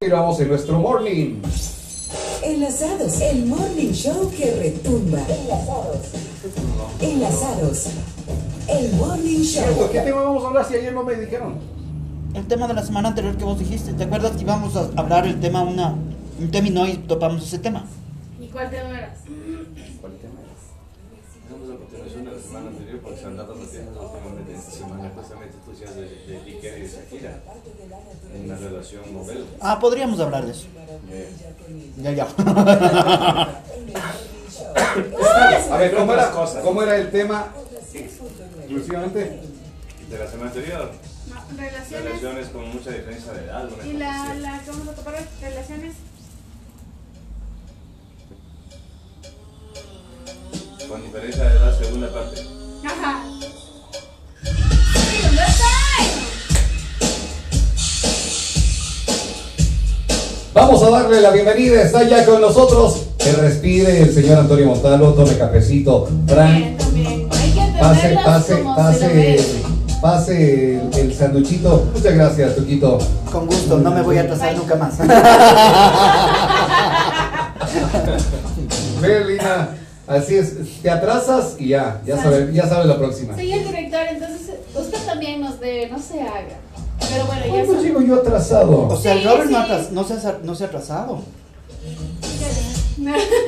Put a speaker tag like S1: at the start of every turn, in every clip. S1: Continuamos en nuestro morning.
S2: Enlazados, el morning show que retumba. Enlazados, el morning show.
S1: ¿Qué tema vamos a hablar si ayer no me dijeron?
S3: El tema de la semana anterior que vos dijiste, ¿te acuerdas que íbamos a hablar el tema una un tema y no y topamos ese tema?
S4: ¿Y cuál te eras?
S5: Vamos a continuación de la Pues semana anterior porque se han dado noticias últimamente de esta semana, justamente tú decías de, de Piqué y de Shakira, en una relación Eh, novela.
S3: Ah, podríamos hablar de eso. Ya, ya.
S1: A ver, ¿cómo era,
S5: Otras cosas.
S1: ¿cómo era el tema? Exclusivamente.
S5: De la semana anterior,
S4: No, relaciones.
S5: relaciones con mucha diferencia de edad. una
S4: ¿Y la,
S5: cosa
S4: la que vamos a topar hoy? Relaciones.
S5: así. Con diferencia de edad, segunda parte.
S4: Ajá.
S1: Vamos a darle la bienvenida, está ya con nosotros. Que respire el señor Antonio Montalvo, tome cafecito.
S4: Bien,
S1: Fran,
S4: también. Hay que
S1: pase,
S4: atenderlas
S1: pase,
S4: como se lo
S1: pase,
S4: merecen.
S1: pase el, el sanduchito. Muchas gracias, Tuquito.
S3: Con gusto, no me voy a atrasar nunca más.
S1: Ve, Lina, así es, te atrasas y ya, ya sabes, ya sabes la próxima.
S4: Soy el director, entonces usted también nos debe, no se haga. Pero bueno, ya
S1: ¿Cómo
S4: sabes.
S1: llego yo
S3: O
S1: atrasado?
S3: sea, el
S4: Sí,
S3: Robert no,
S4: sí.
S3: atras- no se ha, no se ha atrasado.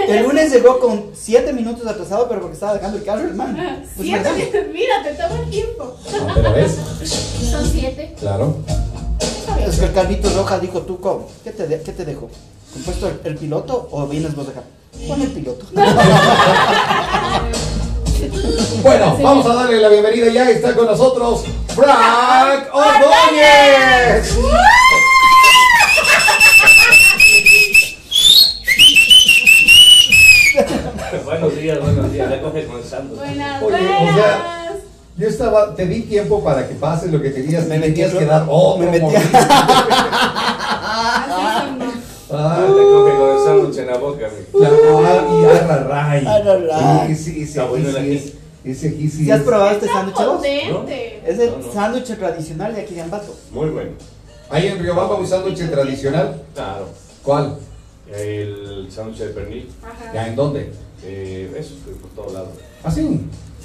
S3: El lunes llegó con 7 minutos atrasado, pero porque estaba dejando el carro, hermano. Pues, ¿verdad?
S4: Siete, mira, te toma el tiempo.
S1: No, pero ves,
S4: Son siete.
S1: claro.
S4: Está bien.
S3: Es que el Carlito Roja dijo, ¿tú cómo? ¿Qué te, de- qué te dejo? ¿Compuesto el, el piloto o vienes vos acá? Pon el piloto.
S1: Bueno, vamos a darle la bienvenida ya. Está con nosotros Frank Ordóñez.
S5: buenos días, buenos días, ya coges con Santos.
S4: Buenas,
S1: Oye, o
S4: buenas.
S1: sea, Yo estaba, te di tiempo para que pases lo que tenías. Me tenías que dar
S3: me
S1: otro
S3: metí-
S1: momento.
S4: Así son, ¿no?
S5: Ah,
S1: Ah,
S5: te coges con el sándwich en la boca, mi.
S1: la cual y arraray.
S3: Arraray.
S1: Sí, sí, ese
S5: Está
S1: aquí
S5: bueno el
S1: sí
S5: ají.
S1: es. Ese aquí sí
S3: ¿Sí has
S1: es.
S3: probado este
S4: Está
S3: sándwich? vos?
S4: potente.
S3: Es el
S5: No, no.
S3: sándwich tradicional de aquí de Ambato.
S5: Muy bueno.
S1: Ahí en Riobamba un sándwich tradicional.
S5: Claro.
S1: ¿Cuál?
S5: El sándwich de pernil,
S1: ¿Ya
S4: Ajá.
S1: en dónde?
S5: eh, eso, por todos lados.
S1: Así.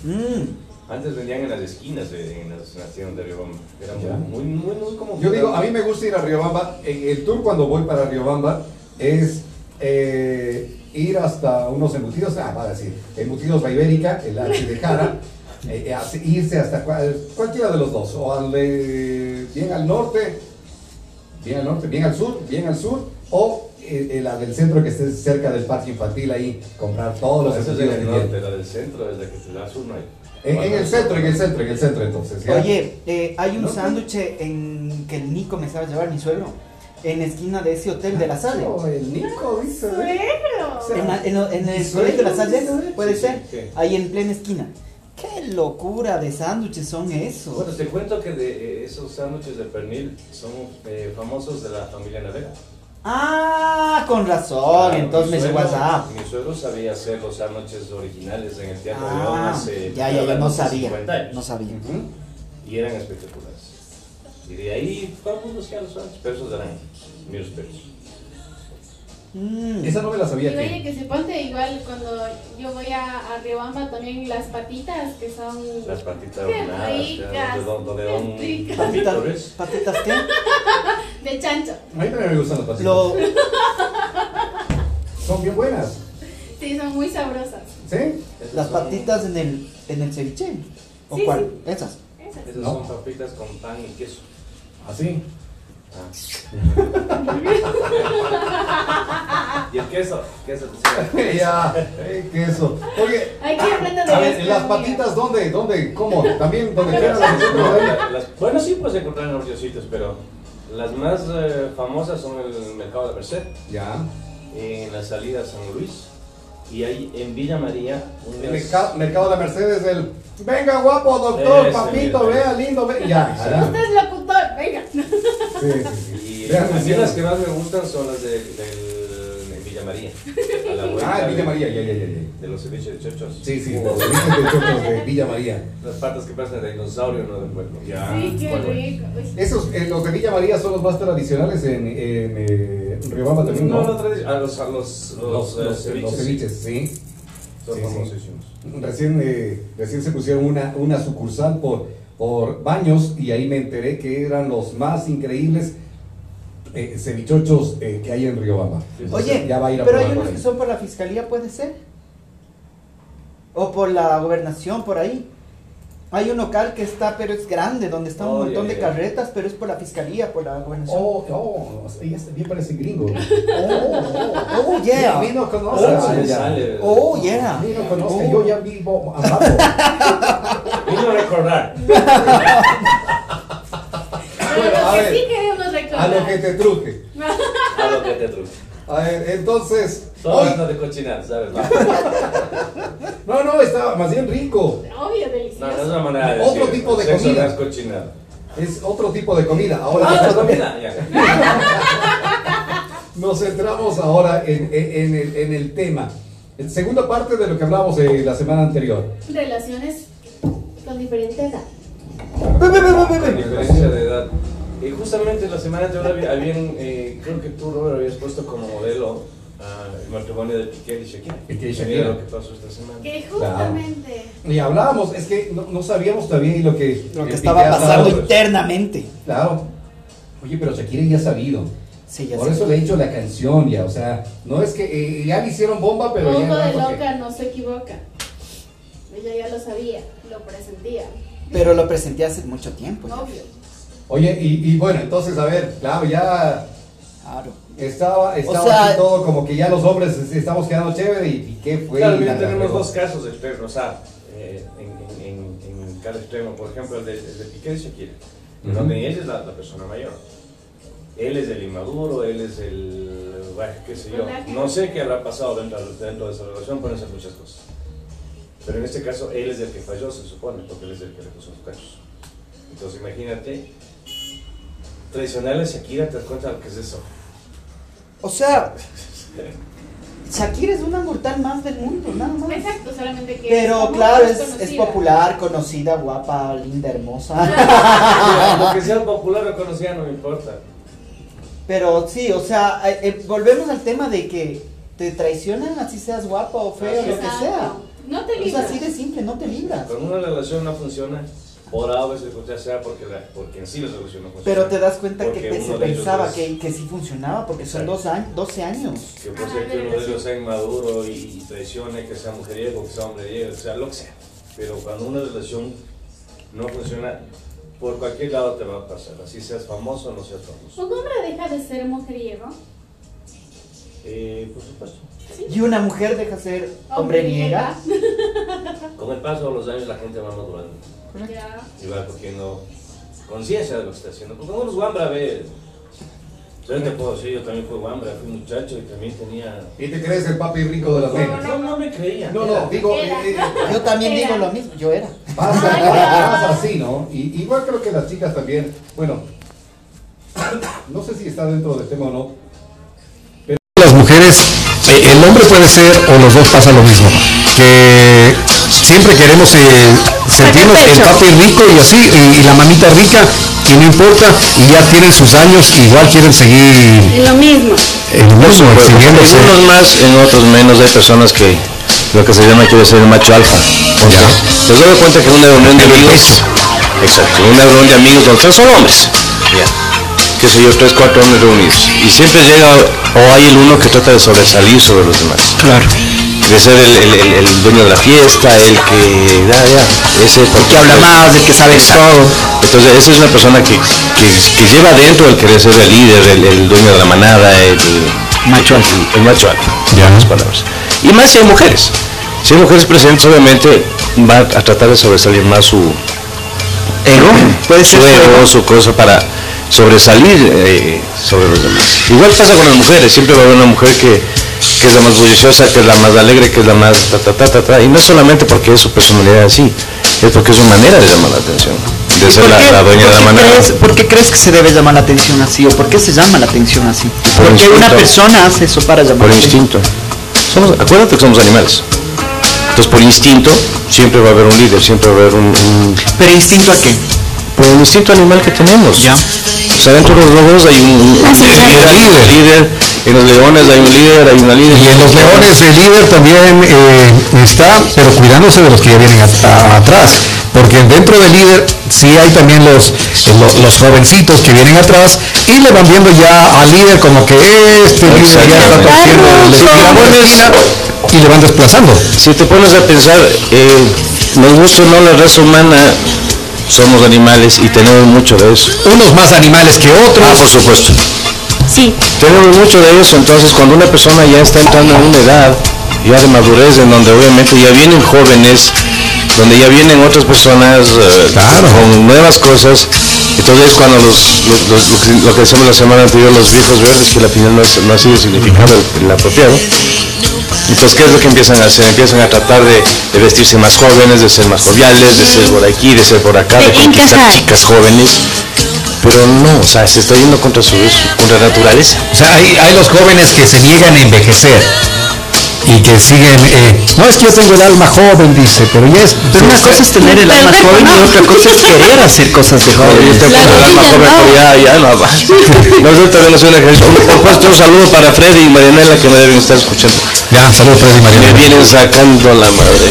S3: Mmm.
S5: Antes vendían en las esquinas, de, en, las, en las tiendas de Riobamba. Era muy,
S1: Ya.
S5: muy, muy, muy como.
S1: Yo digo, a mí me gusta ir a Riobamba. En el tour cuando voy para Riobamba es eh, ir hasta unos embutidos, ah, va a decir, embutidos La Ibérica, el H de Jara, eh, eh, hace- irse hasta cual- cualquiera de los dos, o al de- bien al norte, bien al norte, bien al sur, bien al sur, o eh, eh, la del centro que esté cerca del parque infantil ahí, comprar todos los
S5: Esa es
S1: embutidos
S5: la
S1: que
S5: del
S1: tienen.
S5: norte, la del centro, es la que te da sur, no hay.
S1: En, en el centro, en el centro, en el centro entonces. ¿ya?
S3: Oye, eh, hay un
S5: pues.
S1: ¿No?
S3: sándwich en que el Nico me sabe llevar, mi suegro, en la esquina de ese hotel
S5: Ah,
S3: de la Salle.
S1: Oh, el Nico dice, ¿eh?
S4: Suegro.
S3: En, la- en lo- en
S1: ¿Y
S3: el hotel de la
S1: suegro?
S3: Salle, puede
S5: Sí,
S3: ser,
S5: sí, sí.
S3: ahí en plena esquina. ¡Qué locura de sándwiches son
S5: Bueno,
S3: esos!
S5: te cuento que de eh, esos sándwiches de pernil son eh, famosos de la familia Navega.
S3: ¡Ah! Con razón,
S5: Claro,
S3: entonces
S5: mi
S3: me llegó
S5: suegro-
S3: WhatsApp.
S5: Mi suegro sabía hacer los sándwiches originales en el teatro de eh, León
S3: Ah,
S5: hace.
S3: ya, ya, ya, no
S5: hace
S3: sabía,
S5: 50 años.
S3: no sabía.
S5: Y eran espectaculares. Y de ahí vamos a buscar los sándwiches, pero esos eran mis perros.
S3: Mm.
S1: Esa no me la
S4: Y
S1: sabía.
S4: oye,
S1: ¿qué?
S4: que se ponte igual cuando yo voy a, a Riobamba también las patitas que son.
S5: Las patitas
S4: Qué
S5: horneadas,
S4: ricas,
S5: ya, donde- donde da un-
S4: qué ricas.
S3: ¿Patitas,
S5: Torres.
S3: patitas qué?
S4: De chancho.
S1: A mí también me gustan las pasitas.
S3: Lo,
S1: Son bien buenas.
S4: Sí, son muy sabrosas.
S1: ¿Sí?
S5: Esas
S3: las
S5: son-
S3: patitas en el, en el ceviche. ¿O
S4: Sí,
S3: cuál? Esas.
S4: Esas.
S5: Esas son papitas con pan y queso.
S1: Así.
S4: Ah.
S5: Y el queso, queso
S1: ya, eh, queso. Oye,
S4: Hay que aprender de
S1: Ah, a ver,
S4: gastronomía.
S1: las patitas, ¿dónde? ¿Dónde? ¿Cómo? También, ¿dónde quieras.
S5: Bueno, sí puedes encontrar en otros sitios, pero las más eh, famosas son el mercado de Merced,
S1: Ya.
S5: en la salida a San Luis, y hay en Villa María unas-
S1: El merca- mercado de la Mercedes, el. Venga, guapo, doctor,
S5: Ese
S1: papito,
S5: mismo.
S1: vea, lindo, vea. Ya,
S4: Usted es locutor, venga.
S1: ya. Sí, sí, sí.
S5: Y
S1: Vean,
S5: a mí
S1: sí.
S5: las que más me gustan son las de, del- de Villa María. A la vuelta
S1: Ah, en Villa
S5: de-
S1: María, ya, ya, ya. ya.
S5: De los ceviches de chochos.
S1: Sí, sí, los servicios de chochos de Villa María.
S5: Las patas que pasan de dinosaurio, no del pueblo.
S1: Ya.
S4: Sí, qué
S5: Bueno.
S4: rico. pues. Uy.
S1: Esos, eh, los de Villa María son los más tradicionales en, en, eh, Riobamba también,
S5: No,
S1: ¿no?
S5: no tradicional. A los, a los, los,
S1: Los,
S5: eh,
S1: los- los
S5: ceviches.
S1: ceviches, sí.
S5: Son
S1: Sí, sí.
S5: famosísimos.
S1: Recién, eh, recién se pusieron una, una sucursal por, por baños y ahí me enteré que eran los más increíbles eh, cevichochos eh, que hay en Riobamba.
S5: Sí, sí,
S3: Oye,
S1: ya va a ir a
S3: pero hay
S1: probar por
S3: unos que
S1: ahí.
S3: son por la fiscalía, ¿puede ser? O por la gobernación, por ahí. Hay un local que está, pero es grande, donde está un
S5: Oh, ya,
S3: montón de
S5: ya.
S3: carretas, pero es por la fiscalía, por la gobernación. Oh,
S1: Oh, oh, ella está bien parece gringo.
S3: oh, yeah.
S1: oh, A mí no
S5: Ah,
S1: conoce.
S5: sí,
S1: Ah, ya.
S5: sale.
S3: Oh, yeah.
S1: A mí no conozco,
S3: Oh.
S1: yo ya vivo abajo.
S5: Vino a recordar.
S1: Bueno,
S4: Pero
S1: a
S4: lo que
S1: ver.
S4: sí queremos
S1: A lo que
S4: recordar.
S1: te truje.
S5: A lo que te truco.
S1: A ver, entonces.
S5: Todo
S1: hoy-
S5: hablando de cochinar, ¿sabes? No,
S1: no, no, estaba más bien rico.
S4: Obvio,
S5: no, no es
S4: delicioso.
S5: una manera de
S1: Otro
S5: decir,
S1: tipo de
S5: sexo
S1: comida.
S5: No es cochinada.
S1: Es otro tipo de comida. Ahora
S5: Ah, la comida. Ya.
S1: Nos centramos ahora en, en- en el, en el tema. En segunda parte de lo que hablamos eh, la semana anterior.
S4: Relaciones con diferente edad.
S5: Con diferencia de edad. Y justamente la semana anterior había- habían, eh, creo que tú, Robert, habías puesto como modelo ah, el matrimonio de Piqué y Shakira.
S1: Piqué y
S5: Mira
S1: Shakira.
S5: lo que pasó esta semana.
S4: Que justamente.
S1: Y hablábamos, es que no, no sabíamos todavía y lo que,
S3: Lo
S1: el
S3: que estaba
S1: Piqué ha
S3: pasando
S1: dado.
S3: internamente.
S1: Claro. Oye, pero Shakira ya ha sabido.
S3: Sí, ya
S1: Por
S3: sé.
S1: eso le he hecho la canción ya. O sea, no es que eh, ya le hicieron bomba, pero ya.
S4: Poco de
S1: porque-
S4: loca no se equivoca. Ella ya lo sabía, lo presentía.
S3: Pero lo presenté hace mucho
S1: Pues
S3: tiempo. ya.
S4: Obvio.
S1: Oye, y, y bueno, entonces, a ver, claro, ya
S3: Claro.
S1: estaba, estaba
S3: sea-
S1: así todo como que ya los hombres es- estamos quedando chévere. ¿Y, y qué fue?
S5: Claro,
S1: Y
S5: mira,
S1: la- la-
S5: tenemos dos casos extremos, o sea, eh, en, en- en- en cada extremo, por ejemplo, el de, el de Piqué y Shakira, en
S1: Ujú.
S5: donde ella es la, la persona mayor. Él es el inmaduro, él es el, bueno, qué sé yo, no sé qué habrá pasado dentro, dentro de esa relación, pueden ser muchas cosas. Pero en este caso, él es el que falló, se supone, porque él es el que le puso los cachos. Entonces, imagínate, traicionar a Shakira, te das cuenta de lo que es eso.
S3: O sea, Shakira es una mortal más del mundo, nada más.
S4: Exacto, solamente que.
S3: Pero
S4: muy
S3: claro, es, es
S4: desconocida.
S3: popular, conocida, guapa, linda, hermosa.
S5: Mira, lo que sea popular o conocida no me importa.
S3: Pero sí, o sea, eh, eh, volvemos al tema de que te traicionan así seas guapa o fea o lo que
S4: Exacto.
S3: sea.
S4: No te
S3: Es
S4: libras.
S3: así de simple, no te libras.
S5: Cuando una relación no funciona, por A pues, o B circunstancia, sea porque, la- porque en sí la relación no funciona.
S3: Pero te das cuenta que
S5: Porque
S3: te-
S5: uno
S3: se
S5: de ellos
S3: pensaba
S5: es-
S3: que, que sí funcionaba porque son
S5: Exacto.
S3: dos años, 12 años.
S5: Que por ser que uno de ellos sea inmaduro y traicione, que sea mujeriego, que sea hombreriego, o sea, lo que sea. Pero cuando una relación no funciona, por cualquier lado te va a pasar. Así seas famoso o no seas famoso.
S4: Un hombre deja de ser mujeriego.
S5: Eh, por supuesto.
S3: Y una mujer deja ser hombre niega.
S5: Con el paso de los años la gente va madurando
S4: Ya.
S5: y va cogiendo conciencia de lo que está haciendo. Porque uno es guambra, ve. Yo te puedo decir, yo también fui guambra, fui muchacho y también tenía
S1: ¿Y te crees el papi rico de la
S5: No,
S1: feria?
S5: no, no me creía.
S1: No, no, digo, eh, eh,
S3: Yo también
S4: Era.
S3: digo lo mismo, yo era.
S1: pasa,
S4: Ay, ya.
S1: pasa así, ¿no? Y, igual creo que las chicas también, bueno, no sé si está dentro del tema o no,
S6: las mujeres, eh, el hombre puede ser o los dos pasa lo mismo, que siempre queremos eh, sentirnos el papi rico y así, y, y la mamita rica, y no importa, y ya tienen sus años, igual quieren seguir
S7: Lo mismo.
S6: en lo mismo, exhibiéndose.
S8: En Pues, unos más, en otros menos. Hay personas que lo que se llama quiere ser el macho alfa. Porque Les doy cuenta que en una reunión de amigos. Exacto, en una reunión de amigos donde están solo hombres. Ya. Qué sé yo, tres, cuatro hombres reunidos. Y siempre llega o hay el uno que trata de sobresalir sobre los demás.
S6: Claro.
S8: De ser el, el- el- el dueño de la fiesta, el que da, ya, ese
S6: que habla más, el que sabe todo.
S8: Entonces, esa es una persona que, que- que lleva dentro el querer ser el líder, el, el dueño de la manada, el, el-
S6: Macho alfa.
S8: el macho alfa,
S6: Ya.
S8: en otras palabras. Y más si hay mujeres. Si hay mujeres presentes, obviamente va a tratar de sobresalir más su ego, su, ego, su cosa para sobresalir eh, sobre los demás. Igual pasa con las mujeres, siempre va a haber una mujer que, que es la más bulliciosa, que es la más alegre, que es la más ta ta ta ta ta, y no es solamente porque es su personalidad así, es porque es su manera de llamar la atención, de ser la, la dueña de la manada.
S3: que se debe llamar la atención así o por qué se llama la atención así?
S8: Por Porque una instinto.
S3: persona hace eso para llamar
S8: Por instinto. Somos, acuérdate que somos animales. Entonces, por instinto, siempre va a haber un líder, siempre va a haber un. un-
S3: ¿Pero instinto a qué?
S8: por el instinto animal que tenemos. O sea, dentro de los lobos hay un, un- un líder, líder, En los leones hay un líder, hay una líder.
S6: Y en los leones el líder también eh, está, pero cuidándose de los que ya vienen a- a- atrás. Porque dentro del líder sí hay también los, eh, lo- los, jovencitos que vienen atrás y le van viendo ya al líder como que este líder ya está
S8: Exacto.
S6: torciendo, le tira por la esquina y le van desplazando.
S8: Si te pones a pensar, eh, nos gusta o no la raza humana, somos animales y tenemos mucho de eso.
S6: Unos más animales que otros.
S8: Ah, por supuesto.
S7: Sí,
S8: Tenemos mucho de eso, entonces cuando una persona ya está entrando en una edad, ya de madurez, en donde obviamente ya vienen jóvenes, donde ya vienen otras personas eh,
S6: Claro.
S8: con nuevas cosas, entonces cuando los, los- los- lo, que, lo que decíamos la semana anterior, los viejos verdes, que al final no, es- no ha sido significado el, el apropiado, entonces, ¿qué es lo que empiezan a hacer? Empiezan a tratar de, de vestirse más jóvenes, de ser más joviales, de ser por aquí, de ser por acá, de,
S7: De
S8: conquistar
S7: encajar.
S8: chicas jóvenes. Pero no, o sea, se está yendo contra su contra la naturaleza.
S6: O sea, hay, hay los jóvenes que se niegan a envejecer y que siguen, eh, no es que yo tengo el alma joven, dice, pero ya es...
S9: Pero una cosa es tener el alma
S7: Perder,
S9: joven y
S7: ¿no?
S9: otra cosa es querer hacer cosas de
S8: Oye,
S9: joven.
S8: este
S7: La
S8: programa,
S7: vida
S8: joven,
S7: no.
S8: pero ya, ya no va. No, yo también no soy un ejercicio. Por supuesto, un saludo para Freddy y Marianela que me deben estar escuchando.
S6: Ya, saludos Freddy
S8: Me
S6: Mariano.
S8: vienen sacando la madre.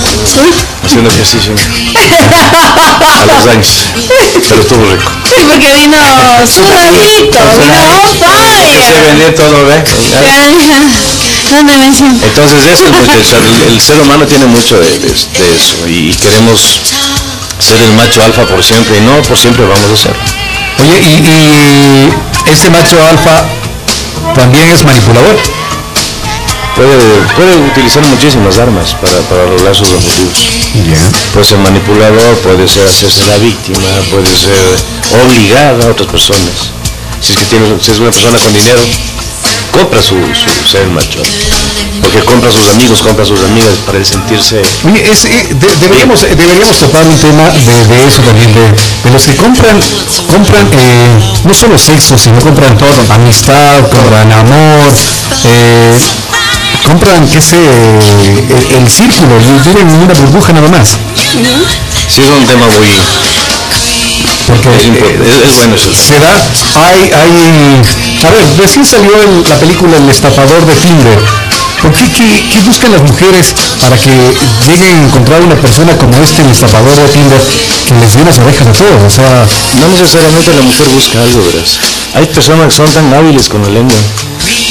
S8: Haciendo ejercicio. A los años. Pero estuvo rico.
S7: sí, porque vino sudadito, vino on
S8: Se
S7: fire.
S8: venía todo, ¿ve?
S7: Ya, ¿Dónde me siento?
S8: Entonces eso, muchachos, el, el ser humano tiene mucho de, de- de eso y queremos ser el macho alfa por siempre y no por siempre vamos a ser.
S6: Oye, y, y este macho alfa también es manipulador.
S8: Puede, puede utilizar muchísimas armas para, para lograr sus objetivos. Puede ser manipulador, puede ser hacerse la víctima, puede ser obligar a otras personas. Si es que tiene, si es una persona con dinero, compra su, su ser macho. Porque compra a sus amigos, compra a sus amigas para él sentirse
S6: Oye, es, eh, de- deberíamos, eh, deberíamos topar un tema de, de eso también, de, de los que compran, compran eh, no solo sexo, sino compran todo, amistad, compran amor, eh, compran, qué sé, eh, el, el círculo, y viven en una burbuja nada más.
S8: Sí, es un tema muy...
S6: Porque
S8: Es, impor-
S6: eh,
S8: es- es bueno eso.
S6: se da, hay, hay, a ver, recién salió el- la película El estafador de Tinder. ¿Por qué, qué- qué buscan las mujeres para que lleguen a encontrar una persona como este, el estafador de Tinder, que les dio las orejas a todos? O sea,
S8: No necesariamente la mujer busca algo, verás. Hay personas que son tan hábiles con la lengua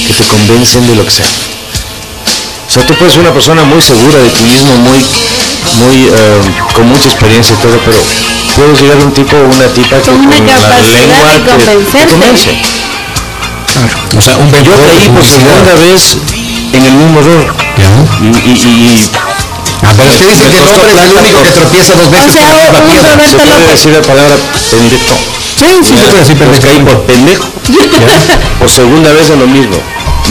S8: que te convencen de lo que sea. O sea, tú puedes ser una persona muy segura de ti mismo, muy, muy, eh, con mucha experiencia y todo, pero puedes llegar a un tipo o una tipa que
S7: Con una
S8: la
S7: capacidad
S8: lengua
S7: de
S8: te- te
S7: convencerte.
S8: convence.
S6: o sea un
S8: Yo
S6: vendedor de
S8: caí por
S6: publicidad.
S8: segunda vez en el mismo error.
S6: Ya.
S8: Y, y- y-
S6: Ah, pero usted dice
S8: Me
S6: que Ah, el
S8: costó
S6: hombre es el
S8: plata,
S6: único que
S8: pero-
S6: tropieza dos veces.
S7: O sea,
S6: con la
S7: un
S6: piedra.
S7: Roberto
S8: se puede
S7: López.
S8: decir la palabra pendejo.
S6: Sí, se puede decir,
S8: Yo
S6: pendejo.
S8: caí por pendejo. Por segunda vez en lo mismo.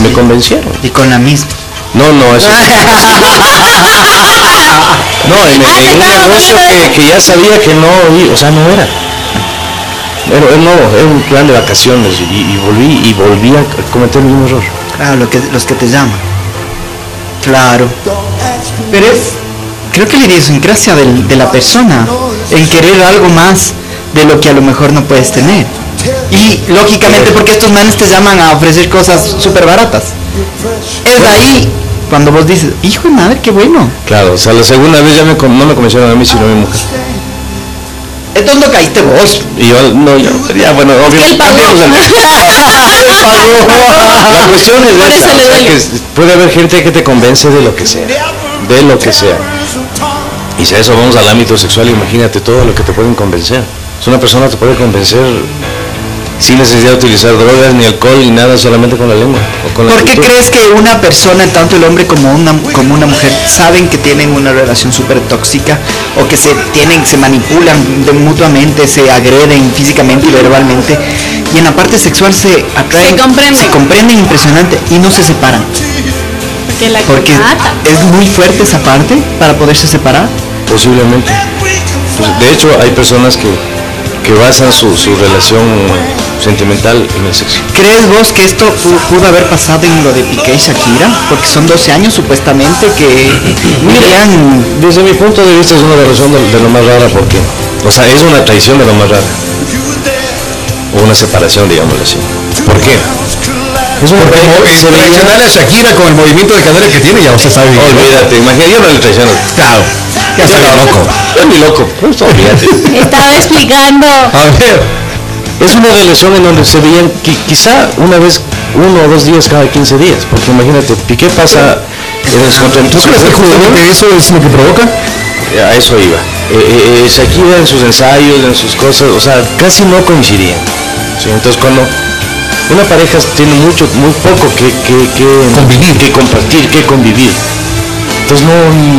S8: Me convencieron.
S9: Y con la misma.
S8: No, no, eso. no, en,
S7: Ah,
S8: en
S7: te
S8: un
S7: estaba
S8: negocio
S7: hablando
S8: que, que ya sabía que no, y- o sea, no era. Era, era- no, era un plan de vacaciones y, y volví y volví a cometer el mismo error.
S9: Claro, lo que, los que te llaman. Claro. Pero es, creo que la idiosincrasia del- de la persona, el querer algo más de lo que a lo mejor no puedes tener. Y lógicamente porque estos manes te llaman a ofrecer cosas súper baratas. Es ahí cuando vos dices, hijo de madre, qué bueno.
S8: Claro, o sea, la segunda vez ya me, con- no me convencieron a mí, sino a mi mujer.
S9: ¿Es donde caíste vos?
S8: Pues, Y yo, no, yo, ya, bueno, obviamente.
S7: él pagó.
S8: cambiamos el- La cuestión es
S7: Por
S8: esa,
S7: eso
S8: o
S7: le
S8: sea,
S7: duele.
S8: que s- puede haber gente que te convence de lo que sea, de lo que sea. Y si a eso vamos al ámbito sexual, imagínate todo lo que te pueden convencer. Es una persona te puede convencer sin necesidad de utilizar drogas ni alcohol ni nada, solamente con la lengua o con la
S9: ¿Por qué
S8: actitud.
S9: crees que una persona, tanto el hombre como una, como una mujer, saben que tienen una relación súper tóxica o que se tienen, se manipulan de- mutuamente, se agreden físicamente y verbalmente? Y en la parte sexual se atraen,
S7: Se comprenden.
S9: se comprenden impresionante y no se separan.
S7: Que la
S9: Porque
S7: mata.
S9: es muy fuerte esa parte para poderse separar.
S8: Posiblemente. Pues, de hecho, hay personas que, que basan su, su relación sentimental en el sexo.
S9: ¿Crees vos que esto pu- pudo haber pasado en lo de Piqué y Shakira? Porque son 12 años supuestamente que vivían
S8: Desde mi punto de vista es una relación de, de lo más rara porque, o sea, es una traición de lo más rara. O una separación, digámoslo así. ¿Por qué?
S6: Es un
S8: Porque
S6: como-
S8: se veía-
S6: traicionar a Shakira con el movimiento de cadera que tiene, ya usted sabe. bien, ¿no?
S8: Olvídate, imagínate, yo no le traiciono.
S6: Claro, ya
S8: Yo
S6: sabe,
S8: no.
S6: loco.
S8: Yo ni loco, pues olvídate.
S7: Estaba explicando.
S6: A ver,
S8: Es una relación en donde se veían qui- quizá una vez, uno o dos días cada 15 días, porque imagínate, Piqué pasa en el
S6: ¿tú
S8: descontento.
S6: crees que justamente eso es lo que provoca?
S8: A eso iba. Eh, eh, eh, Shakira en sus ensayos, en sus cosas, o sea, casi no coincidían. ¿sí? Entonces cuando una pareja tiene mucho, muy poco que, que- que-
S6: Convivir.
S8: que compartir, que convivir. Entonces no,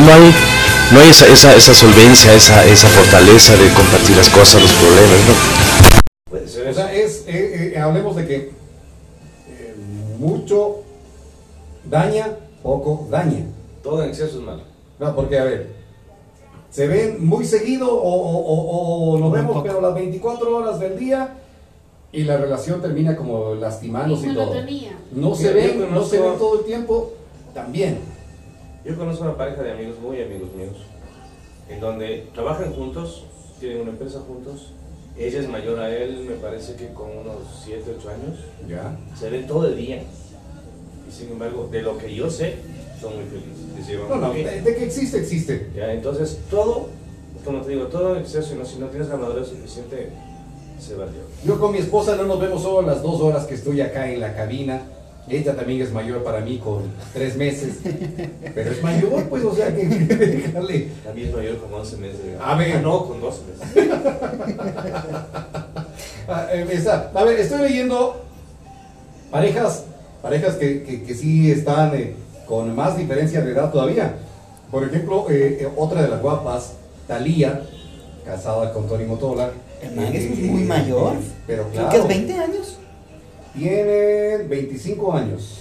S8: no hay, no hay esa, esa, esa solvencia, esa, esa fortaleza de compartir las cosas, los problemas. ¿no?
S5: Puede ser
S1: O
S5: eso.
S1: sea, es, eh, eh, hablemos de que eh, mucho daña, poco daña.
S5: Todo en exceso es malo.
S1: No, porque a ver, se ven muy seguido o, o- o- o nos
S3: Un
S1: vemos,
S3: poco.
S1: pero las 24 horas del día y la relación termina como lastimándose y
S4: Y
S1: todo.
S4: monotonía.
S1: No se
S5: Yo
S1: ven, no
S5: conozco-
S1: se ven todo el tiempo, también.
S5: Yo conozco una pareja de amigos, muy amigos míos, en donde trabajan juntos, tienen una empresa juntos. Ella es mayor a él, me parece que con unos 7, 8 años.
S1: Ya.
S5: Se ven todo el día. Y sin embargo, de lo que yo sé, son muy felices. Les llevan
S1: No, no,
S5: muy bien.
S1: de, de que existe, existe.
S5: Ya, entonces todo, como te digo, todo en exceso, y no, si no tienes la madurez suficiente, se va al diablo.
S1: Yo con mi esposa no nos vemos solo las dos horas que estoy acá en la cabina. Ella también es mayor para mí con tres meses. Pero es mayor, pues, o sea, que déjale.
S5: La misma yo con 11 meses. digamos.
S1: A ver.
S5: Ah, no, con 12 meses.
S1: Ah, eh, está. A ver, estoy leyendo parejas, parejas que, que- que sí están eh, con más diferencia de edad todavía. Por ejemplo, eh, eh, otra de las guapas, Talía, casada con Tony Motola.
S3: El man es muy mayor.
S1: eh, Pero
S3: Creo
S1: claro,
S3: que es 20 años.
S1: tiene 25 años.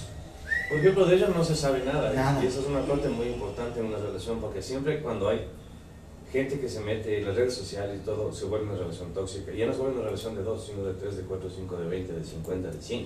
S5: Por ejemplo, de ella no se sabe nada.
S3: Nada.
S5: Y eso es una parte muy importante en una relación, porque siempre cuando hay gente que se mete en las redes sociales y todo, se vuelve una relación tóxica. Y ya no se vuelve una relación de dos, sino de tres, de cuatro, de cinco, de 20, de 50, de 100.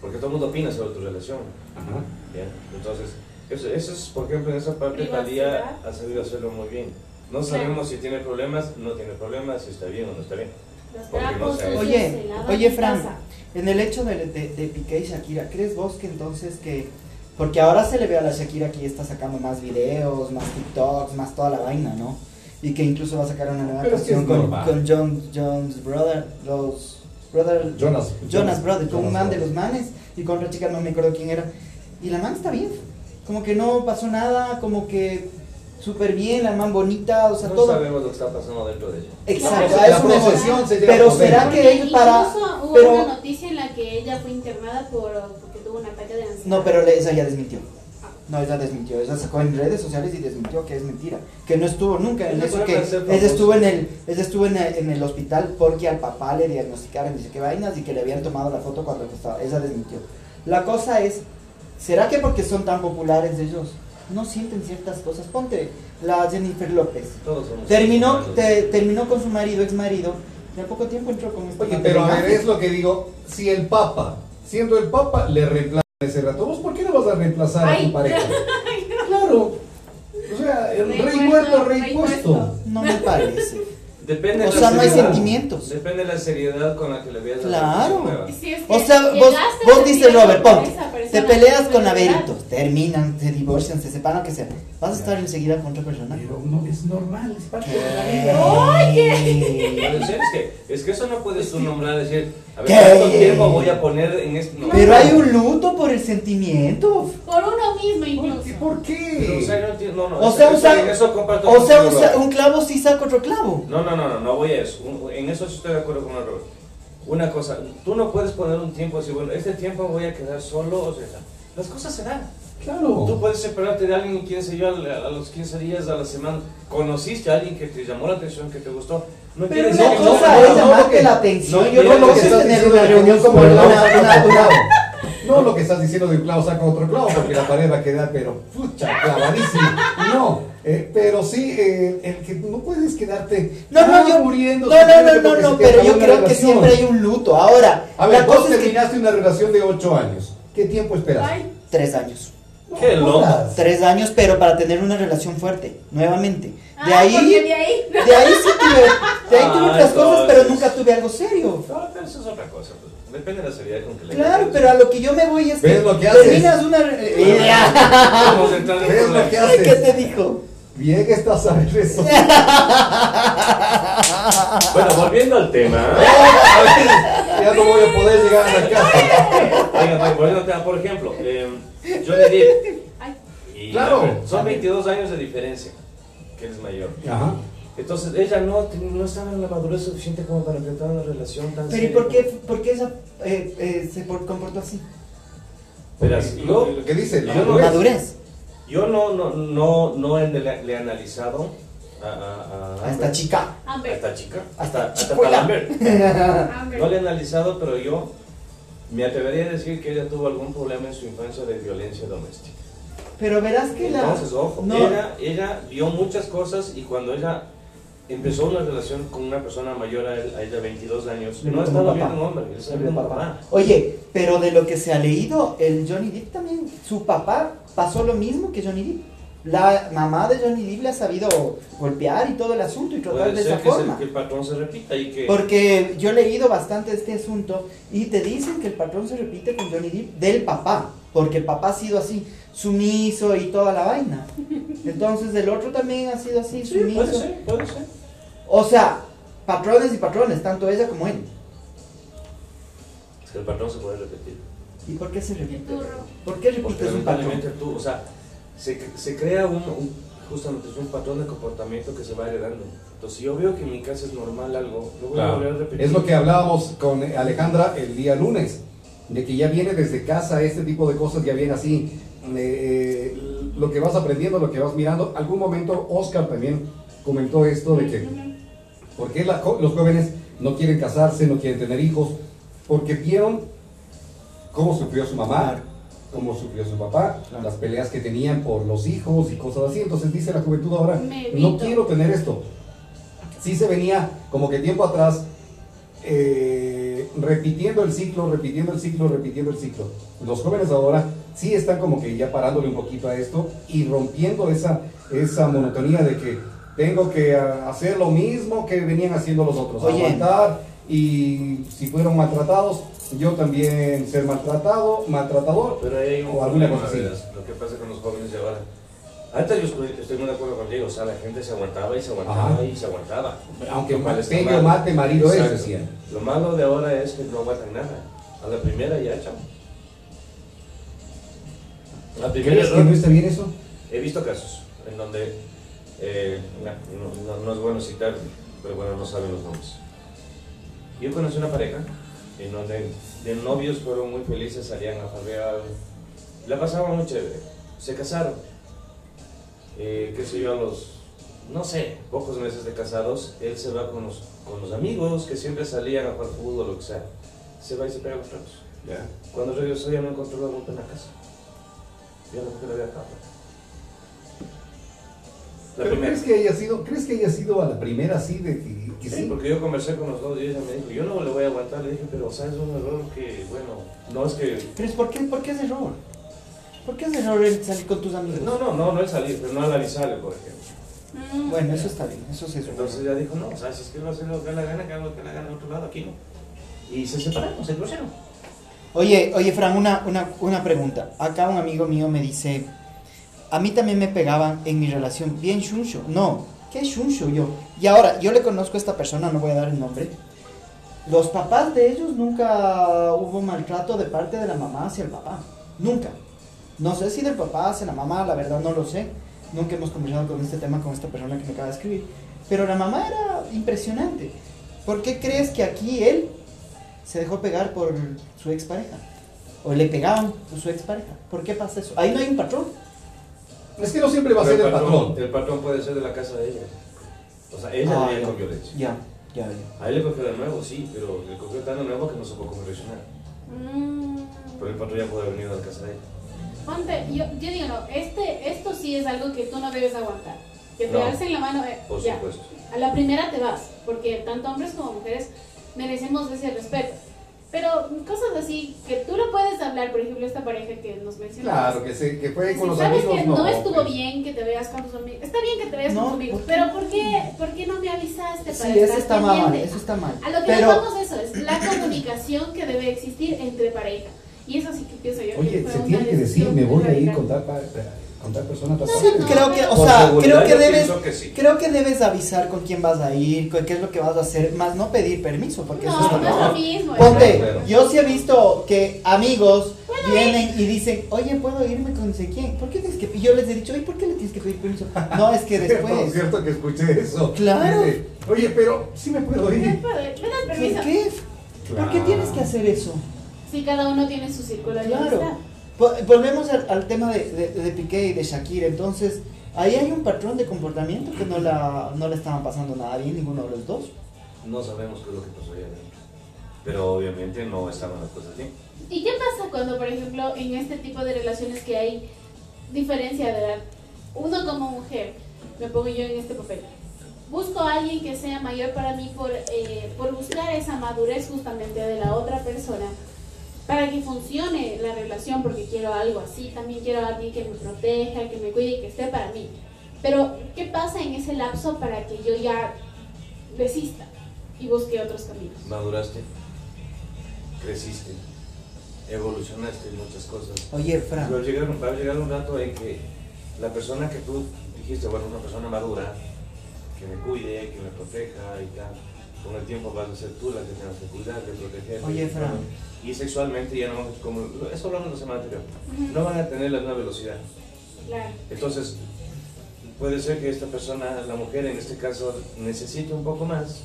S5: Porque todo el mundo opina sobre tu relación.
S1: Ajá.
S5: Bien, entonces, eso, eso es, por ejemplo, en esa parte
S4: Privacidad.
S5: Talía ha sabido hacerlo muy bien. No
S4: Claro.
S5: sabemos si tiene problemas, no tiene problemas, si está bien o no está bien.
S4: Los
S5: Porque no
S4: trapos
S5: sé.
S4: sucios se
S3: Oye,
S4: lavan
S3: oye
S4: en
S3: Fran,
S4: casa.
S3: en el hecho de, de, de Piqué y Shakira, ¿crees vos que entonces que... Porque ahora se le ve a la Shakira que ya está sacando más videos, más TikToks, más toda la vaina, ¿no? Y que incluso va a sacar una nueva
S1: Pero es que es
S3: canción con,
S1: normal.
S3: con John, John's Brother, los... Brother,
S1: Jonas.
S3: Jonas Brothers, con un
S1: Jonas
S3: man de
S1: Brothers.
S3: los manes y con otra chica, no me acuerdo quién era. Y la man está bien, como que no pasó nada, como que súper bien, la man bonita, o sea,
S5: no
S3: todo.
S5: sabemos lo que está pasando dentro de ella.
S3: Exacto,
S1: La
S3: a eso me voy.
S1: procesión se llega
S3: Pero
S1: por dentro.
S3: será que él para.
S4: Incluso hubo
S3: Pero
S4: una noticia en la que ella fue internada por, porque tuvo un ataque de ansiedad.
S3: No, pero le- esa ya desmintió. No, ella desmintió. Ella sacó en redes sociales y desmintió que es mentira. Que no estuvo nunca en
S5: Ella
S3: eso.
S5: fue
S3: Que
S5: para ser
S3: ella
S5: famosa.
S3: estuvo, en el, ella estuvo en el, en el hospital porque al papá le diagnosticaron, dice que vainas, y que le habían tomado la foto cuando estaba. Ella desmintió. La cosa es, ¿será que porque son tan populares ellos no sienten ciertas cosas? Ponte la Jennifer López.
S5: Todos somos
S3: Terminó,
S5: humanos.
S3: te- terminó con su marido, ex marido, y al poco tiempo entró con este
S1: Oye,
S3: man de
S1: pero a ver,
S3: Benafle.
S1: es lo que digo. Si el Papa, siendo el Papa, le reemplaza ese rato, ¿vos por qué no vas a reemplazar a
S4: Ay.
S1: tu pareja? Claro. O sea, el
S4: Rey
S1: rey,
S4: muerto,
S1: muerto, rey,
S4: rey
S1: puesto.
S4: puesto.
S3: No me parece.
S5: Depende
S3: O
S5: de la
S3: sea, no hay
S5: seriedad.
S3: sentimientos.
S5: Depende de la seriedad con la que le veas a la
S3: Claro.
S5: relación nueva.
S4: Sí, es que
S3: O sea, vos,
S4: llegaste a
S3: vos
S4: sentir
S3: dices, Robert,
S4: por
S3: ponte,
S4: esa persona
S3: te peleas
S4: que
S3: con
S4: fue
S3: Averito, terminan, se divorcian, se separan, lo que sea. Vas a estar enseguida con otra persona.
S1: Pero no, es normal, es parte de la vida.
S3: Oye.
S5: Pero en serio, es que, es que eso no puedes tú nombrar, decir, a ver,
S3: ¿Qué?
S5: ¿cuánto tiempo voy a poner en esto? No.
S3: Pero hay un luto por el sentimiento.
S4: Por uno
S1: ¿Por
S4: mismo
S1: qué?
S4: incluso.
S1: ¿Por
S5: Pero, o sea,
S1: qué?
S5: no entiendo- no, no,
S3: O
S5: eso-
S3: sea, un,
S5: eso- en
S3: sa-
S5: eso comparto
S3: o sea, un,
S5: contigo,
S3: sa-
S5: Rob.
S3: un clavo sí saca otro clavo.
S5: No, no, no, no, no voy a eso. Un- En eso sí estoy de acuerdo con el Robert. Una cosa, tú no puedes poner un tiempo así, bueno, este tiempo voy a quedar solo, o sea, las cosas se dan. Tú
S1: Claro.
S5: puedes separarte de alguien, quién sé yo, al- a, los 15 días, a la semana, conociste a alguien que te llamó la atención, que te gustó. No
S3: Pero
S5: quieres
S3: una
S5: que-
S3: cosa
S5: no,
S3: es
S1: no,
S5: no,
S3: llamarte
S1: que-
S3: la atención
S5: no,
S3: y otra
S5: mira, lo
S1: No,
S5: que
S3: cosa es
S5: estás
S3: tener
S1: diciendo
S3: una
S1: de
S3: reunión
S1: un
S3: como
S1: clavo
S3: una,
S1: saca
S3: una-
S1: otro clavo. No lo que estás diciendo de un clavo saca otro clavo, porque la pared va a quedar, pero pucha, clavadísima. No, eh, pero sí, eh, el que no puedes quedarte
S3: No, no,
S1: ah,
S3: yo,
S1: muriendo.
S3: no, no, no,
S1: simplemente
S3: no,
S1: porque se
S3: no,
S1: te
S3: pero
S1: acabó
S3: yo
S1: una
S3: creo que
S1: relación.
S3: siempre hay un luto. Ahora,
S1: A ver,
S3: la
S1: vos
S3: cosa es que...
S1: terminaste una relación de 8 años. ¿Qué tiempo esperaste?
S4: Ay,
S3: Tres años.
S5: Qué
S1: No
S5: loco.
S1: jodas.
S3: Tres años, pero para tener una relación fuerte, nuevamente. De
S4: ah,
S3: ahí...
S4: porque de ahí.
S3: De ahí sí tuve, de ahí tuve
S5: Ah,
S3: otras cosas,
S5: entonces.
S3: pero nunca tuve algo serio.
S5: No, pero eso es otra cosa. pues. Depende de la seriedad con que le
S3: Claro, pero a lo que yo me voy es que
S1: ¿Ves lo que haces?
S3: terminas una... re-
S5: Vamos a entrar en
S1: ¿Ves lo
S5: problemas.
S1: que
S3: ¿Qué te
S1: haces?
S3: dijo?
S1: Bien estás a ver eso.
S5: Bueno, volviendo al tema.
S1: Ya no voy a poder llegar a la casa.
S5: Oiga, Mike, pues, volviendo al tema, por ejemplo, eh, Johnny Depp.
S4: Ay.
S5: y
S1: Claro.
S5: la- son 22 años de diferencia, que eres mayor.
S1: Ajá.
S5: Entonces, ella no, te- no estaba en la madurez suficiente como para enfrentar una relación tan
S3: Pero ¿y
S5: seria.
S3: por qué, por qué esa, eh, eh, se por- comportó así?
S5: Verás, yo,
S1: Lo que dice, la
S5: Yo no-
S1: madurez.
S3: Madurez.
S5: yo no, no, no, no le, le he analizado a, a, a-
S3: A esta chica.
S5: a
S4: Amber.
S5: esta chica,
S3: Hasta
S5: hasta, hasta
S3: chicuela.
S5: Talambert.
S4: Amber. Mm,
S5: No le he analizado, pero yo me atrevería a decir que ella tuvo algún problema en su infancia de violencia doméstica.
S3: Pero verás que la...
S5: Entonces, ojo,
S3: no,
S5: ella, ella vio muchas cosas y cuando ella empezó una relación con una persona mayor a, él- a ella, 22 años,
S3: Vio
S5: no
S3: como
S5: estaba
S3: papá.
S5: viendo un hombre, él estaba viendo un papá.
S3: Oye, pero de lo que se ha leído, el Johnny Depp también, su papá pasó lo mismo que Johnny Depp. La mamá de Johnny Depp le ha sabido golpear y todo el asunto y tratar
S5: Puede
S3: de esa
S5: ser que, se-
S3: forma.
S5: que el patrón se repita y que...
S3: Porque yo he leído bastante este asunto y te dicen que el patrón se repite con Johnny Depp del papá, porque el papá ha sido así, sumiso y toda la vaina. Entonces el otro también ha sido así,
S5: Sí, puede
S3: sumiso.
S5: ser, puede ser.
S3: O sea, patrones y patrones, tanto ella como él.
S5: Es que el patrón se puede repetir.
S3: ¿Y por qué se repite?
S4: Turro.
S3: ¿Por qué
S5: Porque
S3: repites un patrón?
S5: lamentablemente tú, o sea, se, se crea un, un- justamente es un patrón de comportamiento que se va heredando. Entonces, si yo veo que en mi casa es normal algo, lo voy a
S1: Claro.
S5: volver a repetir.
S1: Es lo que hablábamos con Alejandra el día lunes, de que ya viene desde casa este tipo de cosas, ya viene así. eh, eh, lo que vas aprendiendo, lo que vas mirando. Algún momento Oscar también comentó esto de que ¿Por qué la jo- los jóvenes no quieren casarse, no quieren tener hijos? Porque vieron cómo sufrió su mamá, cómo sufrió su papá, las peleas que tenían por los hijos y cosas así. Entonces dice la juventud ahora,
S4: Me
S1: no
S4: evito".
S1: quiero tener esto. Sí se venía como que tiempo atrás eh, repitiendo el ciclo, repitiendo el ciclo, repitiendo el ciclo. Los jóvenes ahora sí están como que ya parándole un poquito a esto y rompiendo esa, esa monotonía de que tengo que ah, hacer lo mismo que venían haciendo los otros,
S3: Oye.
S1: aguantar y si fueron maltratados, yo también ser maltratado, maltratador.
S5: Pero ahí hay un
S1: O alguna
S5: problema,
S1: cosa así.
S5: verás, Lo que pasa con los jóvenes de ahora. Antes yo estoy, estoy muy de acuerdo contigo, o sea, la gente se aguantaba y se aguantaba
S1: Ajá.
S5: y se aguantaba.
S1: Aunque
S5: Lo cual está
S1: pegue o
S5: mal.
S1: mate, marido es,
S5: Exacto.
S1: decían.
S5: Lo malo de ahora es que no aguantan nada. A la primera ya, chao. La primera
S1: ¿Crees que no
S5: error-
S1: está bien eso?
S5: He visto casos en donde, eh, na- no, no- no es bueno citar, pero bueno, no saben los nombres. Yo conocí una pareja en donde de novios fueron muy felices, salían a farrear, la pasaban muy chévere, se casaron, Eh, qué sé yo, a los, no sé, pocos meses de casados, él se va con los, con los amigos que siempre salían a jugar fútbol o lo que sea, se va y se pega los tragos. Cuando regresó ya no encontró la ropa en la casa. Ya la mujer había acabado. La
S1: ¿Pero
S5: primera.
S1: crees que haya sido, crees que haya sido a la primera así de que, que
S5: Sí,
S1: sí?
S5: porque yo conversé con los dos y ella me dijo, yo no le voy a aguantar. Le dije, pero sabes, es un error que, bueno, no es que...
S3: Pero es ¿por qué, por qué es error? ¿Por qué es error el salir con tus amigos?
S5: No, no, no, no es salir, pero no analizarle, por ejemplo.
S4: Mm.
S3: Bueno, eso está bien, eso sí es error.
S5: Entonces ella dijo, no, sabes, es que va a hacer lo que le dé la gana, que haga lo que le hagan en otro lado, aquí no. Y se separaron, se cruzaron.
S3: Oye, oye, Fran, una, una, una pregunta. Acá un amigo mío me dice, a mí también me pegaban en mi relación bien shuncho. No, ¿qué shuncho yo? Y ahora, yo le conozco a esta persona, no voy a dar el nombre. Los papás de ellos nunca hubo maltrato de parte de la mamá hacia el papá. Nunca. No sé si del papá hacia la mamá, la verdad no lo sé. Nunca hemos conversado con este tema con esta persona que me acaba de escribir. Pero la mamá era impresionante. ¿Por qué crees que aquí él se dejó pegar por su expareja? O le pegaban por su expareja. ¿Por qué pasa eso? Ahí no hay un patrón.
S1: Es que no siempre va a ser el patrón.
S5: El patrón puede ser de la casa de ella. O sea, ella
S3: Ah,
S5: vivía
S3: ya.
S5: con violencia.
S3: Ya, ya, ya.
S5: A él le cogió de nuevo, sí, pero le cogió tan de nuevo que no supo cómo reaccionar.
S4: Mm.
S5: Pero el patrón ya puede haber venido a la casa de él.
S4: Ponte, yo, yo digo, no, este, esto sí es algo que tú no debes aguantar. Que te
S5: No.
S4: alcen la mano, eh,
S5: Por
S4: ya.
S5: supuesto.
S4: A la primera te vas, porque tanto hombres como mujeres merecemos ese respeto. Pero cosas así que tú lo puedes hablar, por ejemplo, esta pareja que nos mencionabas.
S1: Claro, que, se, que fue con
S4: Pues Si
S1: los
S4: sabes
S1: amigos.
S4: que no,
S1: no
S4: estuvo
S1: pues.
S4: bien que te veas con tus amigos. Está bien que te veas
S3: No,
S4: con tus amigos,
S3: ¿por qué?
S4: pero ¿por qué, por qué no me avisaste para
S3: Sí, eso
S4: estar
S3: está mal,
S4: pendiente?
S3: eso está mal.
S4: A lo que
S3: Pero-
S4: nos vamos eso es la comunicación que debe existir entre pareja. Y eso sí que pienso yo. que
S1: Oye,
S4: fue
S1: se
S4: una
S1: tiene que decir,
S4: decisión
S1: me voy a ir
S4: radical.
S1: con tal, pa- con tal persona. tal
S4: No,
S1: parte.
S4: no,
S3: creo que, o
S5: Por
S3: sea,
S5: seguridad,
S3: creo que
S5: yo
S3: debes,
S5: pienso que sí.
S3: creo que debes avisar con quién vas a ir, con qué es lo que vas a hacer, más no pedir permiso, porque eso
S4: No,
S3: está
S4: no es
S3: mal.
S4: lo mismo. es
S3: Ponte,
S5: Claro.
S3: yo sí he visto que amigos
S4: Bueno,
S3: vienen y dicen, oye, ¿puedo irme con no sé quién? ¿Por qué tienes que...? Y yo les he dicho, oye, ¿por qué le tienes que pedir permiso? No, es que
S1: Por
S3: después...
S1: cierto que escuché eso.
S3: Claro.
S1: Dice, Oye, pero sí me puedo
S4: verdad.
S1: ir.
S4: Me puedo- me das
S3: ¿Por
S4: permiso.
S3: qué? ¿Por qué
S1: Claro.
S3: tienes que hacer eso?
S4: Si cada uno tiene su círculo de amistad.
S3: Claro. Vol- Volvemos al, al tema de, de- de Piqué y de Shakira. Entonces, ahí hay un patrón de comportamiento que no, la, no le estaban pasando nada bien ninguno de los dos.
S5: No sabemos qué es lo que pasó ahí adentro. Pero obviamente no estaban las cosas bien.
S4: ¿Y qué pasa cuando, por ejemplo, en este tipo de relaciones que hay diferencia de edad? Uno como mujer, me pongo yo en este papel, busco a alguien que sea mayor para mí por, eh, por buscar esa madurez justamente de la otra persona para que funcione la relación, porque quiero algo así, también quiero a alguien que me proteja, que me cuide y que esté para mí. Pero, ¿qué pasa en ese lapso para que yo ya desista y busque otros caminos?
S5: Maduraste, creciste, evolucionaste en muchas cosas.
S3: Oye, Fran.
S5: Va a, llegar, va a llegar un rato en que la persona que tú dijiste, bueno, una persona madura, que me cuide, que me proteja y tal, con el tiempo vas a ser tú la que tengas que cuidar, que proteger.
S3: Oye, Fran.
S5: Y sexualmente ya no, vamos- como, eso hablamos la semana anterior, no van a tener la misma velocidad.
S4: Claro.
S5: Entonces, puede ser que esta persona, la mujer en este caso, necesite un poco más,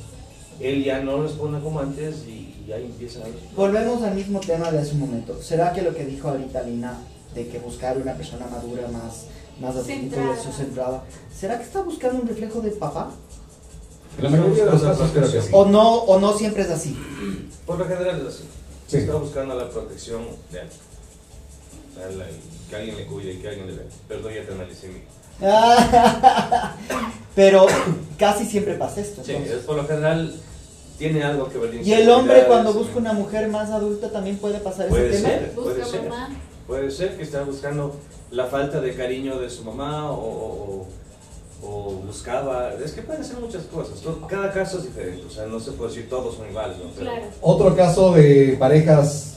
S5: él ya no responda como antes y, y ahí empiezan a...
S3: Volvemos al mismo tema de hace un momento. ¿Será que lo que dijo ahorita Lina, de que buscar una persona madura más, más a su
S4: Centrada.
S3: eso, centrada, ¿será que está buscando un reflejo de papá?
S1: En la mayoría de los casos creo que sí.
S3: ¿O no, o no siempre es así?
S5: Por lo general es así.
S1: Sí.
S5: Se está buscando la protección de alguien. O sea, la- que alguien le cuide, que alguien le vea. Perdón, ya te analicé mi.
S3: Pero casi siempre pasa esto.
S5: Sí,
S3: entonces.
S5: es por lo general tiene algo que ver. la
S3: Y el hombre
S5: inseguridad,
S3: cuando
S5: es-
S3: busca una mujer más adulta también puede pasar
S5: Puede
S3: ese tema.
S5: ser, puede
S4: Busca
S5: ser.
S4: mamá.
S5: Puede ser que está buscando la falta de cariño de su mamá o, o- o buscaba. Es que pueden ser muchas cosas. Todo- Cada caso es diferente. O sea, no se puede decir todos son iguales. ¿no? Pero-
S4: Claro.
S1: Otro caso de parejas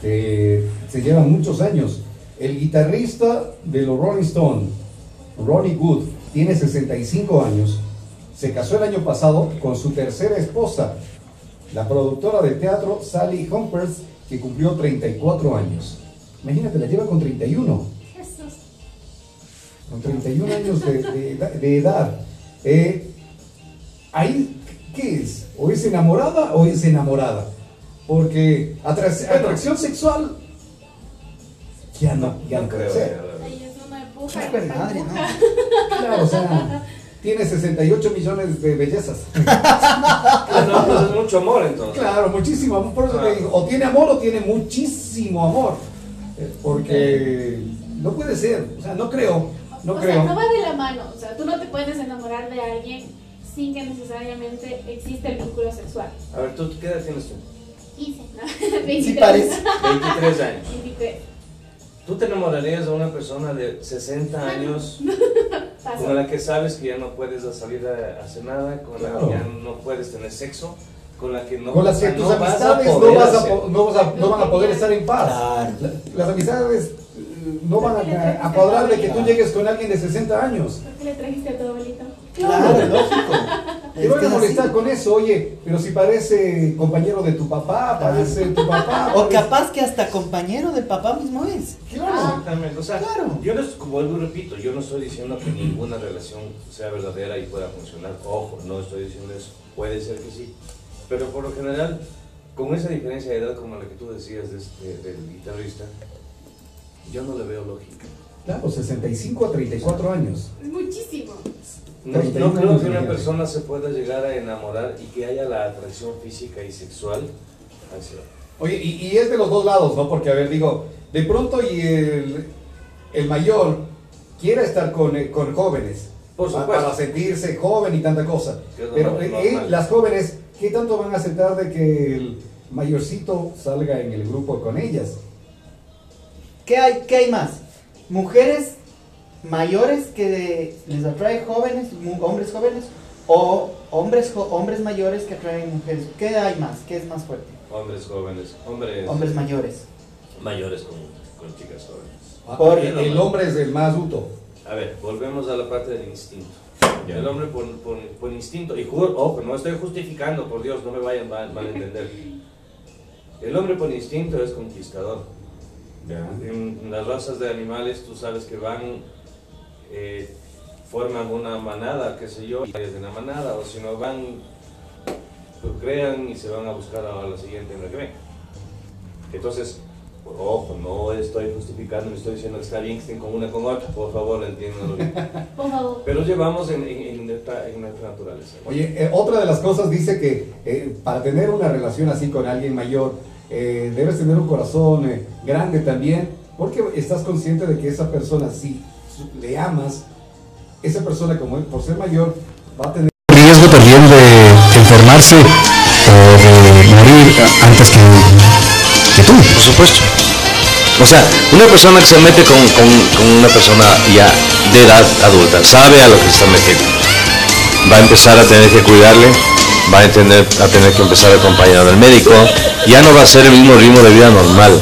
S1: que se llevan muchos años. El guitarrista de los Rolling Stone, Ronnie Wood, tiene 65 años. Se casó el año pasado con su tercera esposa, la productora de teatro Sally Humpers, que cumplió 34 años. Imagínate, la lleva con 31.
S4: Jesús.
S1: con 31 años de, de eda- de edad. Eh, ahí, ¿qué es? ¿O es enamorada o es enamorada? Porque atrac- atracción sexual ya no, ya no puede
S5: creo,
S1: ser.
S5: ya, la verdad.
S4: Ahí es una
S3: Hijo
S4: empuja.
S3: de madre, ¿no?
S1: Claro, o sea, tiene 68 millones de bellezas.
S5: Ah, no, pues es mucho amor entonces.
S1: Claro, muchísimo amor. Por eso
S5: Ah.
S1: te digo, o tiene amor o tiene muchísimo amor. Eh, Porque no puede ser. O sea, no creo. No
S4: o
S1: creo.
S4: sea, no va de la mano. O sea, tú no te puedes enamorar de alguien sin que necesariamente exista el vínculo sexual.
S5: A ver, ¿tú qué edad tienes tú?
S4: 15, ¿no?
S3: Sí
S4: 23.
S3: parece.
S5: 23 años.
S4: 23.
S5: ¿Tú te enamorarías de una persona de 60 años con
S4: Pasa.
S5: la que sabes que ya no puedes salir a, a hacer nada, con la
S1: Claro.
S5: que ya no puedes tener sexo, con la que no,
S1: con las
S5: o sea,
S1: que tus
S5: no vas a
S1: amistades no,
S5: poder
S1: vas a,
S5: hacer-
S1: po- no, vas a- no van a poder estar en paz.
S3: Claro.
S1: La- Las amistades eh, no van a, a cuadrar de que tú llegues con alguien de 60 años.
S4: ¿Por qué le trajiste a tu abuelito?
S3: Claro, lógico.
S1: Te
S3: Es
S1: van
S3: que
S1: a
S3: es
S1: molestar
S3: así.
S1: con eso, oye, pero si parece compañero de tu papá, parece tu papá.
S3: O
S1: parece-
S3: capaz que hasta compañero del papá mismo es.
S1: Claro.
S5: Exactamente, Ah, o sea,
S3: Claro.
S5: yo no, como vuelvo y repito, yo no estoy diciendo que ninguna relación sea verdadera y pueda funcionar, ojo, no estoy diciendo eso, puede ser que sí, pero por lo general, con esa diferencia de edad como la que tú decías de este- del guitarrista, yo no le veo lógica.
S1: Claro, 65 a 34 años.
S4: Es muchísimo.
S5: No, no
S1: 31
S5: creo que una
S1: imagínate.
S5: persona se pueda llegar a enamorar y que haya la atracción física y sexual hacia
S1: Oye, y, y es de los dos lados, ¿no? Porque, a ver, digo, de pronto y el, el mayor quiere estar con, eh, con jóvenes.
S5: Por
S1: pa-
S5: supuesto.
S1: Para sentirse joven y tanta cosa.
S5: Que es lo
S1: Pero
S5: normal.
S1: eh, eh, las jóvenes, ¿qué tanto van a aceptar de que el, mayorcito salga en el grupo con ellas.
S3: ¿Qué hay, qué hay más? ¿Mujeres mayores que les atrae jóvenes, mu- hombres jóvenes? ¿O hombres, jo- hombres mayores que atraen mujeres? ¿Qué hay más? ¿Qué es más fuerte?
S5: Hombres jóvenes, hombres,
S3: Hombres mayores.
S5: mayores con, con chicas jóvenes.
S1: Ah,
S3: Por-
S1: el el hombre es el más uto.
S5: A ver, volvemos a la parte del instinto. El hombre por, por- por instinto, y juro, ojo, no estoy justificando, por Dios, no me vayan mal, mal a entender. El hombre por instinto es conquistador. En en las razas de animales tú sabes que van, eh, forman una manada, qué sé yo, y es de una manada, o si no van, lo crean y se van a buscar a la siguiente en la que ven. Entonces, Pues, ojo, no estoy justificando, no estoy diciendo que está bien que estén con una con otra, por favor, entiéndanlo bien.
S4: Por favor.
S5: Pero llevamos en, en, en nuestra, en nuestra naturaleza.
S1: Oye, eh, otra de las cosas dice que eh, para tener una relación así con alguien mayor, eh, debes tener un corazón eh, grande también, porque estás consciente de que esa persona, si su- le amas, esa persona, como él, por ser mayor, va a tener
S6: riesgo también de enfermarse o de morir antes que, que tú.
S8: Por supuesto. O sea, una persona que se mete con, con- con una persona ya de edad adulta, sabe a lo que se está metiendo. Va a empezar a tener que cuidarle, va a, entender, a tener que empezar acompañado del médico, ya no va a ser el mismo ritmo de vida normal.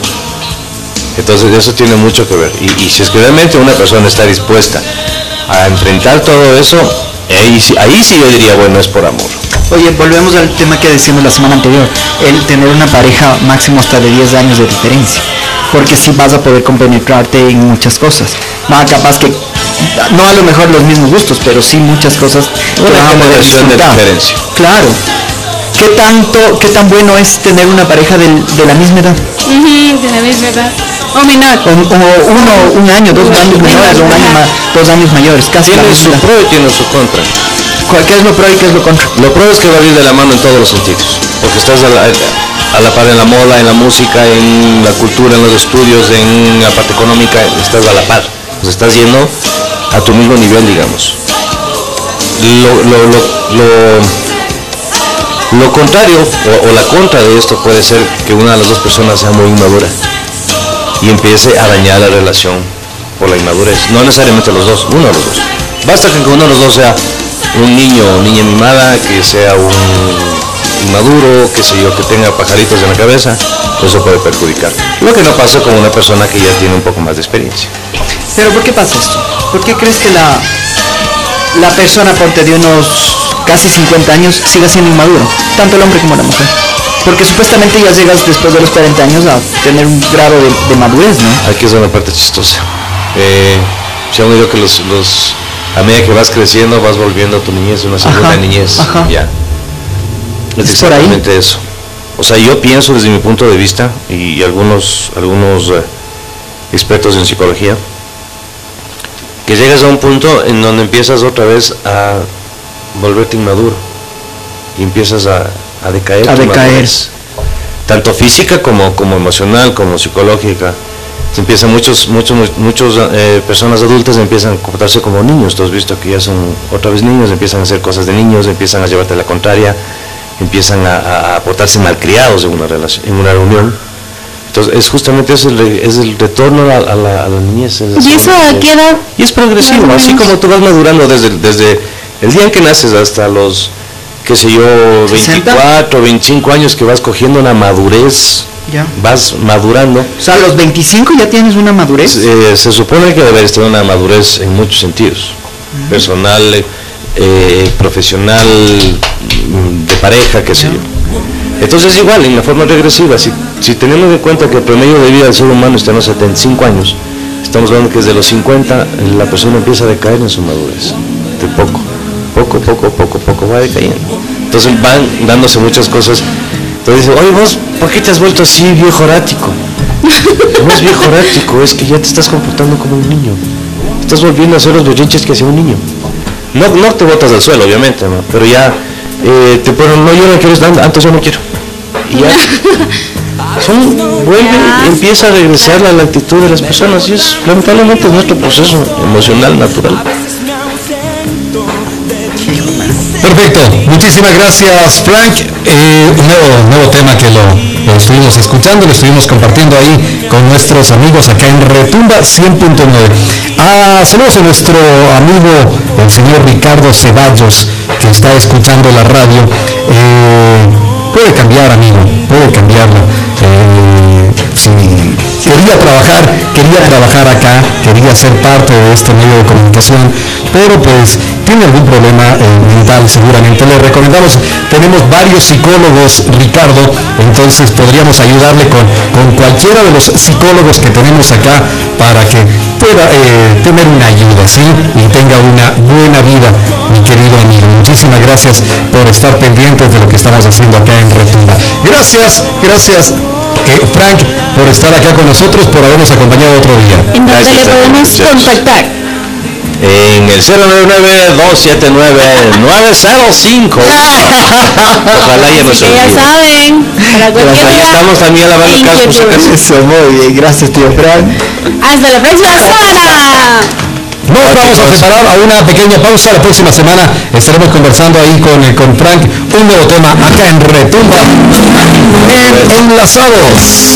S8: Entonces eso tiene mucho que ver. Y, y si es que realmente una persona está dispuesta a enfrentar todo eso, ahí, sí- ahí sí yo diría, bueno, es por amor.
S9: Oye, volvemos al tema que decíamos la semana anterior, el tener una pareja máximo hasta de 10 años de diferencia, porque si vas a poder compenetrarte en muchas cosas, va capaz que, no a lo mejor los mismos gustos, pero sí muchas cosas que
S8: Una
S9: vas a poder
S8: generación de
S9: disfrutar.
S8: diferencia.
S9: Claro. ¿Qué tanto, qué tan bueno es tener una pareja del- de la misma edad?
S7: Ujú, de la misma edad. O menor.
S9: O, o uno, un año, dos años menores, o un año ma- dos años mayores, casi la
S8: Tiene su
S9: misma edad.
S8: pro y tiene su contra.
S9: ¿Cuál- ¿Qué es lo pro y qué es lo contra?
S8: Lo prueba es que va a ir de la mano en todos los sentidos, porque estás a la, a la par en la moda, en la música, en la cultura, en los estudios, en la parte económica, estás a la par, pues estás yendo a tu mismo nivel, digamos. Lo, lo- lo- lo- lo contrario o, o la contra de esto puede ser que una de las dos personas sea muy inmadura y empiece a dañar la relación por la inmadurez. No necesariamente los dos, uno de los dos. Basta que uno de los dos sea un niño o niña mimada, que sea un inmaduro, que sé yo, que tenga pajaritos en la cabeza, eso puede perjudicar. Lo que no pasa con una persona que ya tiene un poco más de experiencia.
S9: Pero ¿por qué pasa esto? ¿Por qué crees que la, la persona ponte de unos casi 50 años siga siendo inmaduro? Tanto el hombre como la mujer. Porque supuestamente ya llegas después de los 40 años a tener un grado de, de madurez, ¿no?
S8: Aquí es una parte chistosa. Eh, se han oído que los, los- a medida que vas creciendo vas volviendo a tu niñez, una segunda
S9: Ajá,
S8: niñez.
S9: ajá.
S8: Ya. Es
S9: ¿Es por ahí?
S8: exactamente eso. O sea, yo pienso desde mi punto de vista y algunos, algunos eh, expertos en psicología que llegas a un punto en donde empiezas otra vez a volverte inmaduro y empiezas a, a decaer.
S9: A
S8: tu
S9: decaer.
S8: madurez. Tanto física como, como emocional, como psicológica. Se empiezan muchos, muchos, muchos eh, personas adultas empiezan a comportarse como niños. Tú has visto que ya son otra vez niños, empiezan a hacer cosas de niños, empiezan a llevarte la contraria, empiezan a, a, a portarse malcriados en una relación, en una reunión. Entonces es justamente eso, el re- es el retorno a, a la, a la niñez. es
S7: ¿Y
S8: la
S7: eso a
S8: niñez.
S7: qué edad?
S8: Y es progresivo,
S7: Más o
S8: así
S7: menos.
S8: como tú vas madurando desde, desde el día en que naces hasta los, qué sé yo,
S9: 60.
S8: 24, 25 años que vas cogiendo una madurez,
S9: Ya.
S8: vas madurando.
S9: O sea, a los 25 ya tienes una madurez.
S8: Eh, se supone que deberías tener una madurez en muchos sentidos, personal, eh, eh, profesional, mm, de pareja, qué sé yo. Entonces igual, en la forma regresiva, si, si tenemos en cuenta que el promedio de vida del ser humano está en los 75 años, estamos hablando que desde los 50 la persona empieza a decaer en su madurez, de poco, poco, poco, poco, poco va decayendo. Entonces van dándose muchas cosas. Entonces dice, oye vos, ¿por qué te has vuelto así viejo orático? No es viejo orático, es que ya te estás comportando como un niño. Estás volviendo a hacer los bochinches que hacía un niño. No, no te botas al suelo, obviamente, ¿no? pero ya eh, te ponen, no, yo no quiero, estar- antes yo no quiero. Y ya. Son, vuelve, empieza a regresar la actitud de las personas y es lamentablemente es nuestro proceso emocional natural.
S6: Perfecto, muchísimas gracias Frank. Eh, un nuevo, nuevo tema que lo lo estuvimos escuchando, lo estuvimos compartiendo ahí con nuestros amigos acá en Retumba 100.9. Ah, saludos a nuestro amigo, el señor Ricardo Ceballos, que está escuchando la radio. Eh, puede cambiar, amigo, puede cambiarla. Eh, si- quería trabajar, quería trabajar acá, quería ser parte de este medio de comunicación, pero pues tiene algún problema eh, mental seguramente. Le recomendamos, tenemos varios psicólogos, Ricardo, entonces podríamos ayudarle con, con cualquiera de los psicólogos que tenemos acá para que pueda eh, tener una ayuda, ¿sí? Y tenga una buena vida, mi querido amigo. Muchísimas gracias por estar pendientes de lo que estamos haciendo acá en Retumba. Gracias, gracias. eh, Frank, por estar acá con nosotros, por habernos acompañado otro día.
S7: ¿En dónde le
S8: Gracias,
S7: podemos
S8: gracias.
S7: contactar?
S8: En el 099-279-905. Ojalá ya no
S7: Así
S8: se
S7: que ya
S8: olvide. Pues
S7: saben, para cualquier
S8: Ahí
S7: duda,
S8: estamos también lavando este el casco, por si acaso.
S9: Eso, muy bien, gracias tío Fran.
S7: Hasta la próxima semana.
S6: Nos vamos a preparar a una pequeña pausa. La próxima semana estaremos conversando ahí con, eh, con Frank un nuevo tema acá en Retumba en Enlazados.